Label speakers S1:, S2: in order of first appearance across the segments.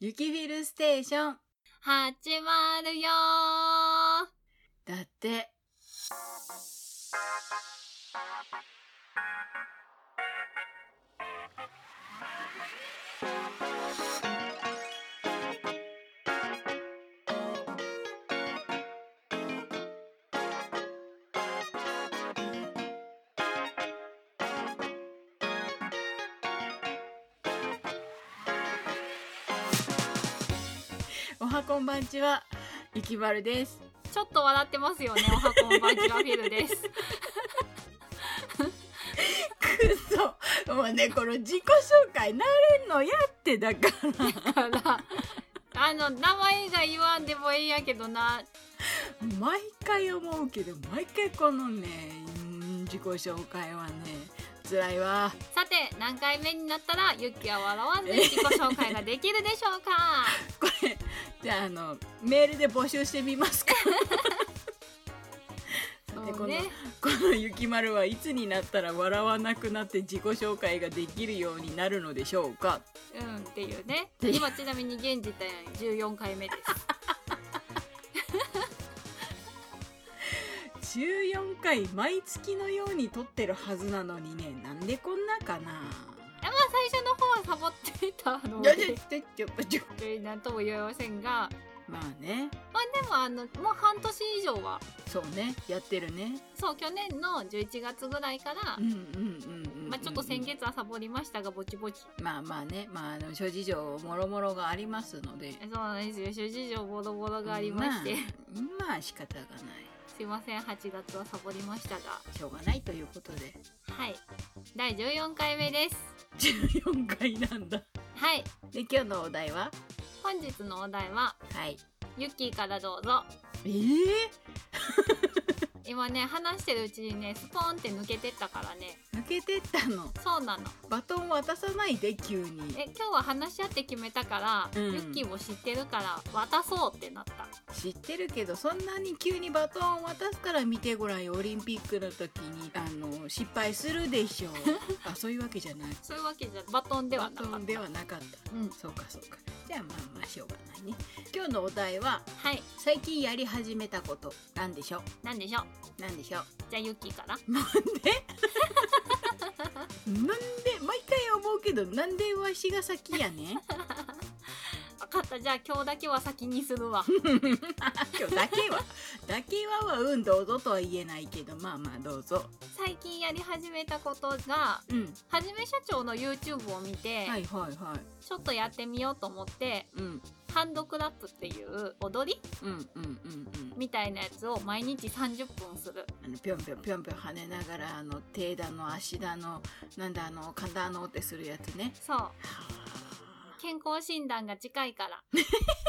S1: 雪フィルステーション。
S2: 始まるよ
S1: だって。おはこんばんちは、ゆきばるです。
S2: ーちょっと笑ってますよね、おはこんばんちはフィルです。
S1: くそもうねこの自己紹介慣れんのやってだから
S2: だから、あの、名前が言わんでもいいやけどな。
S1: 毎回思うけど毎回このねうん自己紹介はね辛いわ
S2: さて、何回目になったら、ユッキは笑わんで自己紹介ができるでしょう
S1: こ
S2: か
S1: れじゃああのメールで募集してみますかさてこ
S2: そう
S1: の
S2: ね。
S1: このゆきまるはいつになったら笑わなくなって自己紹介ができるようになるのでしょうか
S2: うん、っていうね。
S1: ていう
S2: 今ちなみに現時点14回目 です。
S1: 14回毎月のように撮ってるはずなのにねなんでこんなかな
S2: まあ、最初の方はサボってたの
S1: いやい
S2: で
S1: やいやいやいや
S2: なんとも言えませんが、
S1: まあね
S2: まあでもあの、もう半年以上は、
S1: そうねやってるね
S2: そう、去年の11月ぐらいから、
S1: うんうんうんうんうん、
S2: まあちょっと先月はサボりましたが、ぼちぼち。
S1: まあまあねまああの諸事情もろもろがありますので
S2: そうなんですよ、諸事情ボロボロがありまして、
S1: まあ、まあ仕方がない
S2: すいません、8月はサボりましたが、
S1: しょうがないということで
S2: はい。第14回目です。
S1: 14回なんだ
S2: はい。
S1: で今日のお題は
S2: 本日のお題は、
S1: はい
S2: ユッキーからどうぞ。
S1: ええ
S2: 今ね、話してるうちにね、スポーンって抜けてったからね。
S1: 抜けてったの
S2: そうなの。
S1: バトン渡さないで急に
S2: え、今日は話し合って決めたから、
S1: うん
S2: ユッキーも知ってるから、渡そうってなった。
S1: 知ってるけどそんなに急にバトンを渡すから見てごらんよオリンピックの時にあの失敗するで しょうあそういうわけじゃない
S2: そういうわけじゃ、バトンでは
S1: バ
S2: なかった。
S1: トンではなかった
S2: うん。
S1: そうかそうか。じゃあまあまあしょうがないね。今日のお題は
S2: はい。
S1: 最近やり始めたことなんでしょ
S2: なんでしょう。
S1: う。なんでしょう。
S2: じゃあ、ユッキーから。
S1: なんで毎回思うけどなんでわしが先やね。
S2: 分かったじゃあ今日だけは先にするわ
S1: 今日だけはだけははうんどうぞとは言えないけどまあまあどうぞ。
S2: 最近やり始めたことが
S1: うん。
S2: はじめ社長の YouTube を見て、
S1: はいはいは
S2: ちょっとやってみようと思って
S1: い。うん
S2: ハンドクラップっていう踊り
S1: うんうんうんうん。
S2: みたいなやつを毎日30分する
S1: あのぴょんぴょんぴょんぴょん跳ねながらあの手だの足だのなんだあの肩だのってするやつね。
S2: そう
S1: はあ。
S2: 健康診断が近いから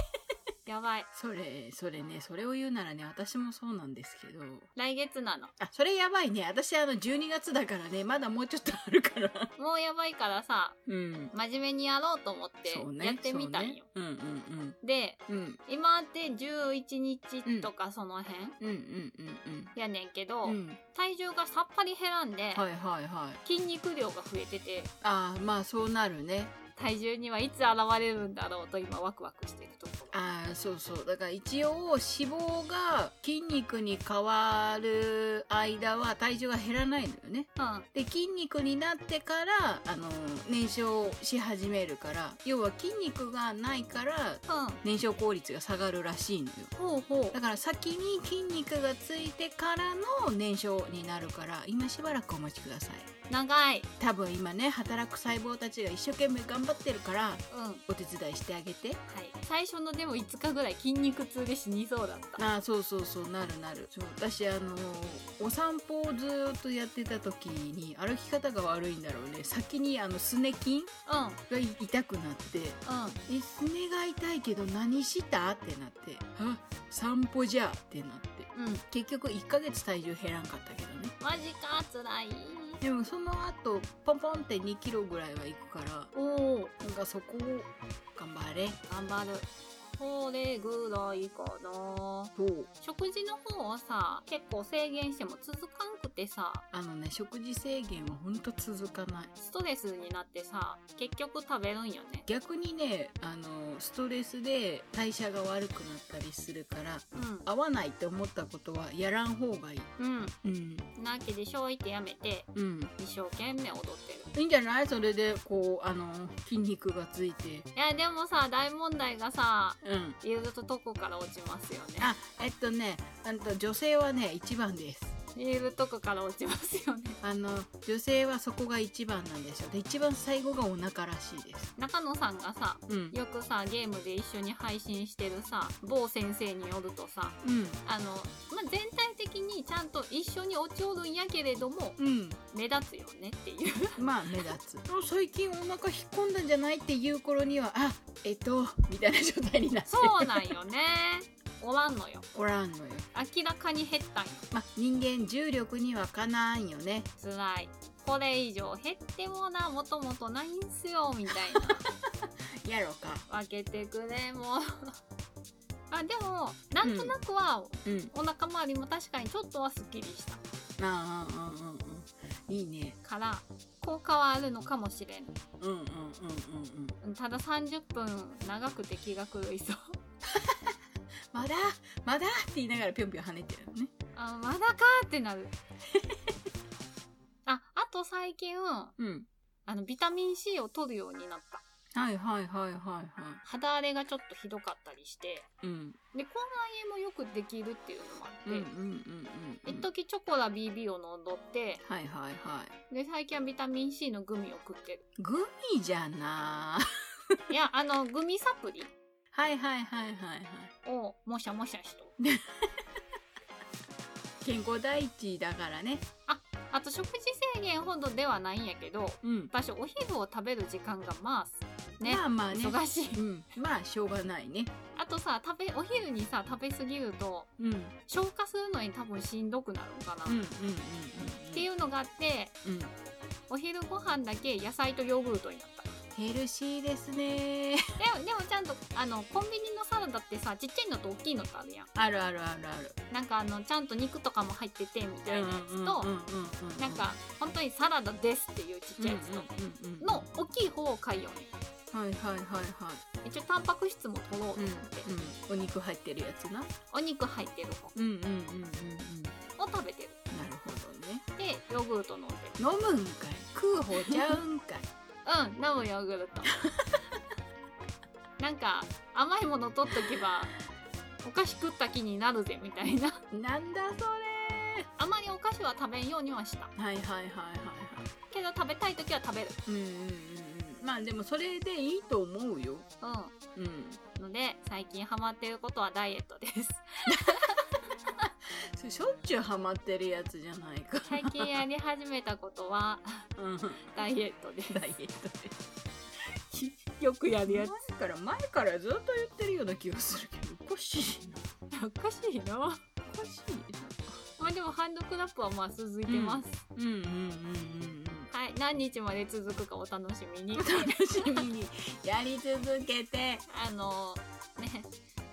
S2: やばい
S1: それそれねそれを言うならね私もそうなんですけど。
S2: 来月なの
S1: あ、それやばいね。私、あの、12月だからね、まだもうちょっとあるから。
S2: もうやばいからさ
S1: うん。
S2: 真面目にやろうと思ってやってみたんよ、
S1: そうね。うん
S2: で
S1: うんうん。うん
S2: 今って11日とかその辺、
S1: うんうんうん
S2: やねんけど、
S1: うん。うん。
S2: 体重がさっぱり減らんで、
S1: はいはいはい。
S2: 筋肉量が増えてて
S1: ああ、まあそうなるね。
S2: 体重にはいつ現れるんだろうと今ワクワクしているところ
S1: ああ、そうそう。だから一応、脂肪が筋肉に変わる間は体重が減らないのよね。
S2: うん
S1: で、筋肉になってから、あの、燃焼し始めるから、要は筋肉がないから、
S2: う
S1: 燃焼効率が下がるらしいのよ。
S2: んほうほ
S1: だから先に筋肉がついてからの燃焼になるから今しばらくお待ちください
S2: 長い
S1: 多分今ね働く細胞たちが一生懸命頑張ってるから
S2: うんはい
S1: お手伝いしてあげて
S2: 最初のでも5日ぐらい筋肉痛で死にそうだった
S1: ああそうそうそうなるなるそう私あのーお散歩をずーっとやってた時に歩き方が悪いんだろうね先にあのすね筋
S2: うんうん
S1: が痛くなってえすねが痛いけど何したってなってあ散歩じゃってなって
S2: うん
S1: 結局1ヶ月体重減らんかったけどね
S2: マジかつらい
S1: でもその後ポンポンって2キロぐらいは行くから
S2: おお
S1: なんかそこを頑張れ
S2: 頑張るこれぐらいかな
S1: そう
S2: 食事の方をさ結構制限しても続かんくてさ
S1: あのね食事制限はほんと続かない
S2: ストレスになってさ結局食べるんよね
S1: 逆にねあのストレスで代謝が悪くなったりするから
S2: う
S1: 合わないって思ったことはやらん方がいい。
S2: んうん
S1: うん、
S2: なわけでしょういってやめて
S1: うん、
S2: 一生懸命踊ってる
S1: いいんじゃないそれでこうあの筋肉がついて。
S2: いやでもさ大問題がさ
S1: うん、
S2: ゆずとどこから落ちますよね
S1: あえっとねあと女性はね一番です。
S2: ゆずとこから落ちますよね
S1: あの女性はそこが一番なんですよ。で一番最後がお腹らしいです。
S2: 中野さんがさ
S1: うん、
S2: よくさゲームで一緒に配信してるさ某先生によるとさ
S1: うん、
S2: あの、まあ、全体的にちゃんと一緒に落ちおるんやけれども
S1: うん。
S2: 目立つよねっていう
S1: まあ目立つ最近お腹引っ込んだんじゃないっていう頃にはあえっとみたいな状態になって
S2: そうなんよねおらんのよ
S1: おらんのよ
S2: 明らかに減ったんよ
S1: まあ人間重力にはかなんよね
S2: つらいこれ以上減ってもなもともとないんすよみたいな
S1: やろか
S2: 分けてくれもう あでもなんとなくは
S1: うん
S2: お腹周りも確かにちょっとはすっきりした
S1: ああうんうんうんいいね
S2: から効果はあるのかもしれん
S1: うんうんうんうんうん
S2: ただ30分長くて気が狂いそう
S1: まだまだって言いながらぴょんぴょん跳ねてるのね
S2: あまだかってなる ああと最近あ
S1: うん
S2: のビタミン C を取るようになった
S1: はいはいはいはいはい
S2: 肌荒れがちょっとひどかったりして
S1: うん
S2: で口内炎もよくできるっていうのもあって、
S1: うんうんうんうん
S2: 一時チョコラ BB を飲んどって
S1: はいはいは
S2: で最近はビタミン C のグミを食ってる
S1: いグミじゃな
S2: いやあのグミサプリ
S1: はいはいはいはいはい
S2: をもしゃもしゃしと
S1: 健康第一だからね
S2: あと食事制限ほどではないんやけど
S1: うん
S2: 場所お昼を食べる時間がまあね
S1: まあまあね
S2: 忙しい
S1: うん、まあしょうがないね。
S2: あとさ食べお昼にさ食べ過ぎると
S1: うん、うん、
S2: 消化するのに多分しんどくなるのかな、
S1: うん、うん、うん。
S2: っ
S1: って、
S2: いううのがあって
S1: うん、
S2: お昼ご飯だけ野菜とヨーグルトになった
S1: ヘルシーですね。
S2: でもでもちゃんとあのコンビニのサラダってさちっちゃいのと大きいのってあるやん
S1: あるあるあるある。
S2: なんかあのちゃんと肉とかも入っててみたいなやつ
S1: う
S2: と
S1: んうんうんうん、
S2: なんか本当にサラダですっていうちっ
S1: うんう
S2: ちゃい
S1: ん
S2: やつと
S1: うんうん、
S2: の大きい方を買いようね
S1: はいはいはいはい。
S2: 一応タンパク質も取ろうと
S1: うん、う
S2: 思
S1: ん
S2: って、、
S1: お肉入ってるやつな。
S2: お肉入ってる
S1: うん、うん、うん、うん、うん。
S2: 方を食べてる
S1: なるほどね。
S2: でヨーグルト飲んでる
S1: 飲むんかい、食うほちゃうんかい。
S2: うん飲むヨーグル トなんか甘いもの取っとけばお菓子食った気になるぜみたいな
S1: なんだそれ。
S2: あまりお菓子は食べんようにはした
S1: はいはいはいはいはい。
S2: けど食べたい時は食べる
S1: うん、うん、うん、うん。まあ、でも、それでいいと思うよ。
S2: う
S1: うん。
S2: んので最近ハマってることはダイエットです
S1: それしょっちゅうハマってるやつじゃないか。
S2: 最近やり始めたことは
S1: うん。
S2: ダイエットです
S1: ダイエットで。よくや
S2: るやつ。
S1: 前から前からずっと言ってるような気がするけど、おかしい
S2: おかしいの
S1: な。おかしい
S2: まあでもハンドクラップはまあ続いてます、
S1: な。うんうんうんうんうん。
S2: はい何日まで続くかお楽しみに
S1: 楽しみにやり続けて。
S2: あのね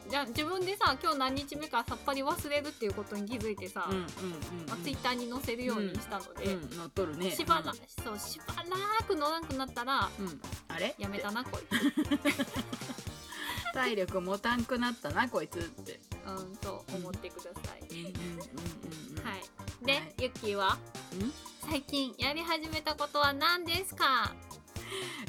S2: じゃあ自分でさ今日何日目かさっぱり忘れるっていうことに気づいてさ、
S1: うんうんうん。
S2: まあ、ツイッターに載せるようにしたので、
S1: うん、乗っとるね。
S2: しばらそうしばらく乗らなくなったら
S1: うん。あれ
S2: やめたなこい
S1: 体力持たんくなったな、こいつって。
S2: つうんと思ってください、
S1: うんうんうんうん。
S2: はいで、
S1: はい
S2: ゆっきーは
S1: ん
S2: 最近やり始めたことは何ですか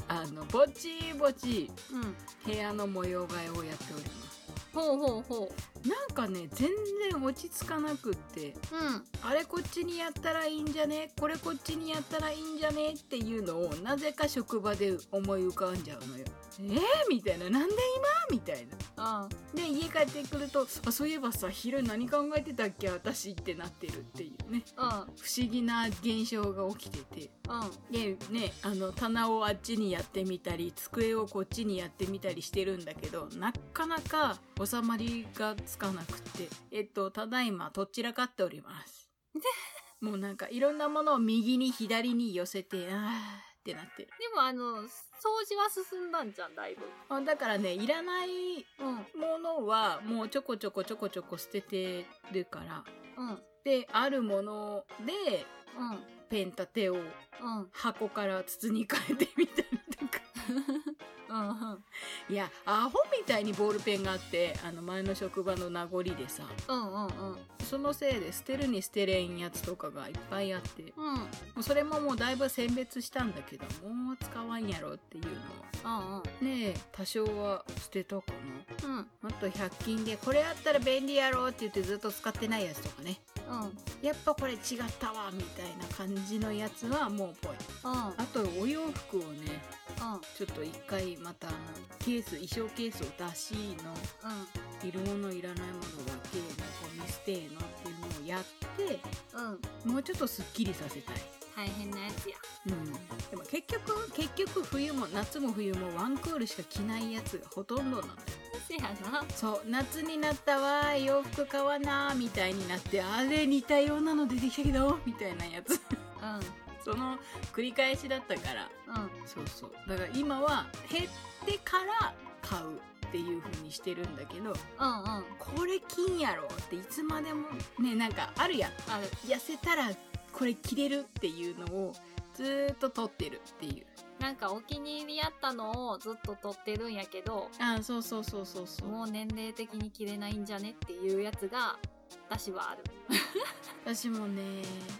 S1: あの、ぼちぼち
S2: うん
S1: 部屋の模様替えをやっております。
S2: ほうほうほ
S1: なんかね全然落ち着かなくって
S2: ううん
S1: あれこっちにやったらいいんじゃねこれこっちにやったらいいんじゃねっていうのをなぜか職場で思い浮かんじゃうのよ。えー、みたいななんで今みたいな。
S2: うん
S1: で家帰ってくるとあそういえばさ昼何考えてたっけ私ってなってるっていうね
S2: うん
S1: 不思議な現象が起きてて。
S2: うん
S1: でねあの棚をあっちにやってみたり机をこっちにやってみたりしてるんだけどなかなか収まりがつかなくってえっとただいまどちらかっておりますもうなんかいろんなものを右に左に寄せてあーってなってる
S2: でもあの掃除は進んだんじゃんだいぶ
S1: あだからねいらない
S2: うん
S1: ものはもうちょこちょこちょこちょこ捨ててるから
S2: うん
S1: であるもので
S2: うん
S1: ペン立てを
S2: うん
S1: 箱から筒に変えてみたりとか
S2: うんうん
S1: いやアホみたいにボールペンがあってあの前の職場の名残でさ
S2: うんうんうん
S1: そのせいで捨てるに捨てれんやつとかがいっぱいあっても
S2: うん
S1: うそれももうだいぶ選別したんだけどもう使わんやろっていうのは
S2: うんうん
S1: ねえ多少は捨てたか
S2: うん
S1: なあと100均でこれあったら便利やろって言ってずっと使ってないやつとかね
S2: うんうん
S1: やっぱこれ違ったわみたいな感じのやつはもうぽいあとお洋服をねちょっと一回またあのケース衣装ケースを出しの
S2: う
S1: いるものいらないものだけのゴミ捨てーのっていうのをやって
S2: んうん
S1: もうちょっとすっきりさせたい。
S2: 大変なやつや
S1: うん、でも結局結局冬も夏も冬もワンクールしか着ないやつがほとんどなんだよ
S2: せやな
S1: そう夏になったわー洋服買わなーみたいになってあれ似たようなの出てきたけどみたいなやつ
S2: うん
S1: その繰り返しだったから
S2: うん
S1: そうそうだから今は減ってから買うっていう風にしてるんだけど
S2: うんうん
S1: これ金やろっていつまでもねなんかあるやん
S2: ある
S1: 痩せたらこれ着れるっていうのをずーっと取ってるっていう
S2: なんかお気に入りやったのをずっと撮ってるんやけど
S1: あそうそうそうそうそう
S2: もう年齢的に着れないんじゃねっていうやつが私はある
S1: 私もね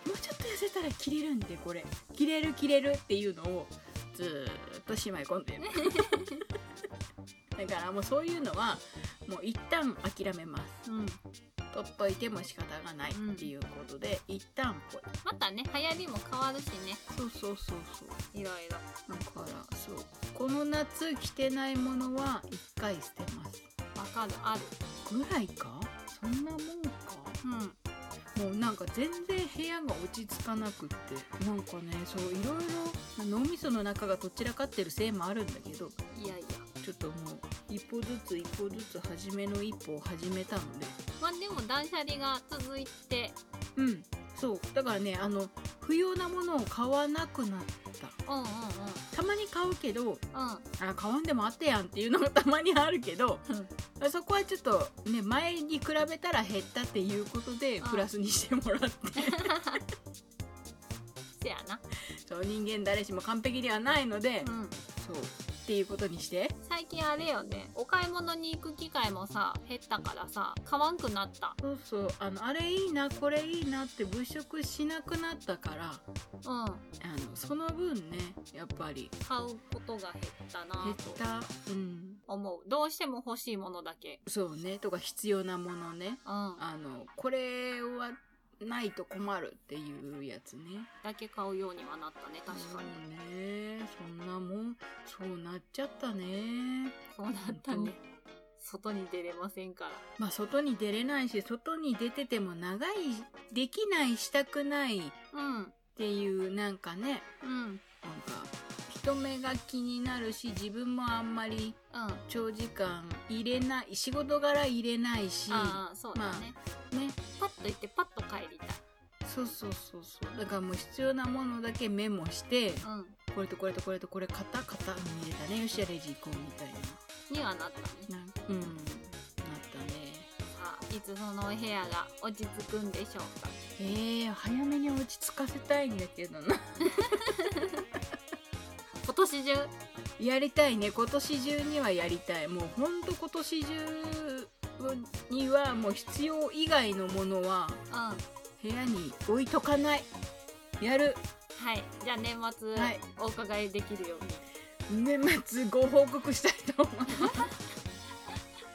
S1: もうちょっと痩せたら着れるんでこれ着れる着れるっていうのをずーっとしまい込んでるだからもうそういうのはもう一旦諦めます
S2: うん
S1: 取っといても仕方がないっていうことで、一旦ぽい
S2: またね流行りも変わるしね
S1: そうそうそうそう
S2: いろいろ
S1: だからそうこの夏着てないものは一回捨てます
S2: わかるある
S1: ぐらいかそんなもんか
S2: うん
S1: もうなんか全然部屋が落ち着かなくってなんかねそういろいろ脳みその中がどちらかってるせいもあるんだけど
S2: いやいや
S1: ちょっともう一歩ずつ一歩ずつ初めの一歩を始めたので
S2: まあでも断捨離が続いて
S1: うんそうだからねあの不要なものを買わなくなった
S2: うんうんうん
S1: たまに買うけど
S2: うん
S1: あ買わんでもあってやんっていうのもたまにあるけどそこはちょっとね前に比べたら減ったっていうことで
S2: あ
S1: プラスにしてもら って
S2: せやな
S1: そう人間誰しも完璧ではないので、
S2: うん
S1: そうっていうことにして
S2: 最近あれよねお買い物に行く機会もさ減ったからさ買わんくなった
S1: そうそうあのあれいいなこれいいなって物色しなくなったからあ
S2: うん
S1: のその分ねやっぱり
S2: 買うことが減った
S1: 減
S2: な
S1: っ
S2: と
S1: たうん
S2: 思うどうしても欲しいものだけ
S1: そうねとか必要なものね
S2: うん
S1: あのこれはないと困るっていうやつね
S2: だけ買うようにはなったね確かに
S1: そうねそんなもんそうなっちゃったね
S2: そうなったね外に出れませんから
S1: まあ外に出れないし外に出てても長いできないしたくないっ
S2: うん
S1: ていうなんかね
S2: うん
S1: なんか人目が気になるし自分もあんまり
S2: うん
S1: 長時間入れない仕事柄入れないし
S2: ああそうだね、
S1: ね
S2: パッと行ってパッと帰りたい
S1: そうそうそうそうだからもう必要なものだけメモして
S2: う
S1: これとこれとこれとこれ型型に入れたねよっしゃレジ行こうみたい
S2: んにはなったね
S1: ななんうんなったね
S2: さあいつそのお部屋が落ち着くんでしょうか
S1: えー、早めに落ち着かせたいんだけどな
S2: 今年中
S1: やりたいね今年中にはやりたいもうほんと今年中にはもう必要以外のものは
S2: うんは
S1: 部屋に置いとかないやる
S2: いじゃあ年末、
S1: はい
S2: お伺いできるように
S1: 年末ご報告したいと思います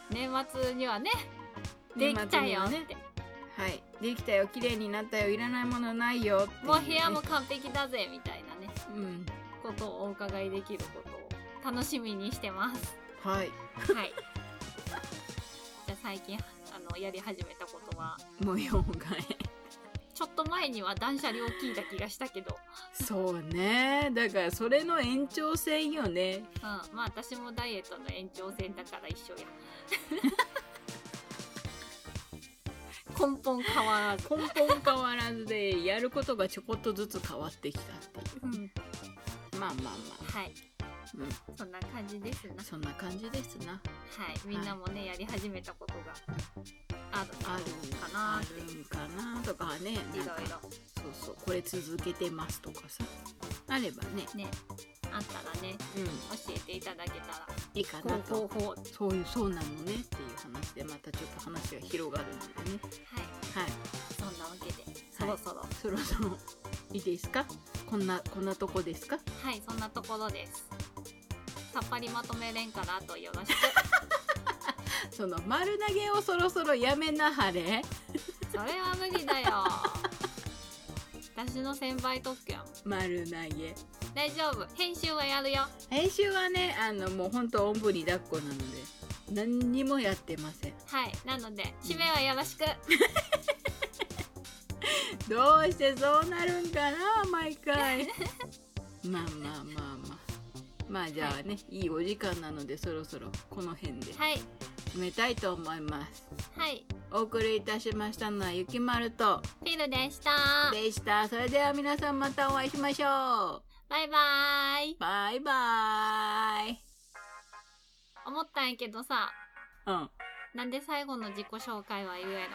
S2: 年末にはね できたよっ
S1: 年末
S2: て、
S1: にははいできたよ綺麗になったよいらないものないよってい
S2: もう部屋も完璧だぜみたいなね
S1: うん
S2: ことをお伺いできることを楽しみにしてます
S1: はい
S2: はい。じゃあ最近あのやり始めたことは
S1: もう4回
S2: ちょっと前には断捨離を聞いた気がしたけど、
S1: そうねだからそれの延長線よね
S2: うん、まあ私もダイエットの延長線だから一緒や。 根本変わらず。
S1: 根本変わらずでやることがちょこっとずつ変わってきたっていう、
S2: うん、
S1: まあまあま
S2: はい、
S1: あ、う
S2: そんな感じですな。
S1: ん、そんな感じですな
S2: はい、みんなもね、やり始めたことがある
S1: ある
S2: か
S1: ん
S2: な
S1: あ
S2: って
S1: るんかなとかね
S2: いろ
S1: なんか
S2: いろ
S1: そうそうこれ続けてますとかさあればね
S2: ね、あったらね
S1: うん、
S2: 教えていただけたら
S1: いいか
S2: こ
S1: な
S2: うことうこう
S1: そういうそうなのねっていう話でまたちょっと話が広がるのでね
S2: はい
S1: はい
S2: そんなわけでそろそろは
S1: そろそろいいですかこんなこんなとこですか
S2: い、そんなところですさっぱりまとめれんからあとよろしく
S1: その丸投げをそろそろやめなはれ
S2: それは無理だよ私の先輩特許
S1: 丸投げ
S2: 大丈夫編集はやるよ
S1: 編集はねあのもうほんとおんぶに抱っこなので何にもやってません
S2: はいなので締めはよろしく
S1: どうしてそうなるんかな毎回まあまあまあまあまあじゃあね、い、いお時間なのでそろそろこの辺で
S2: はい
S1: 締めたいと思います
S2: はい
S1: お送りいたしましたのはゆきまると
S2: フィルでした
S1: でしたそれでは皆さんまたお会いしましょう
S2: バイバイ
S1: バイバーイ
S2: 思ったんやけどさ
S1: うん
S2: なんで最後の自己紹介は言えろ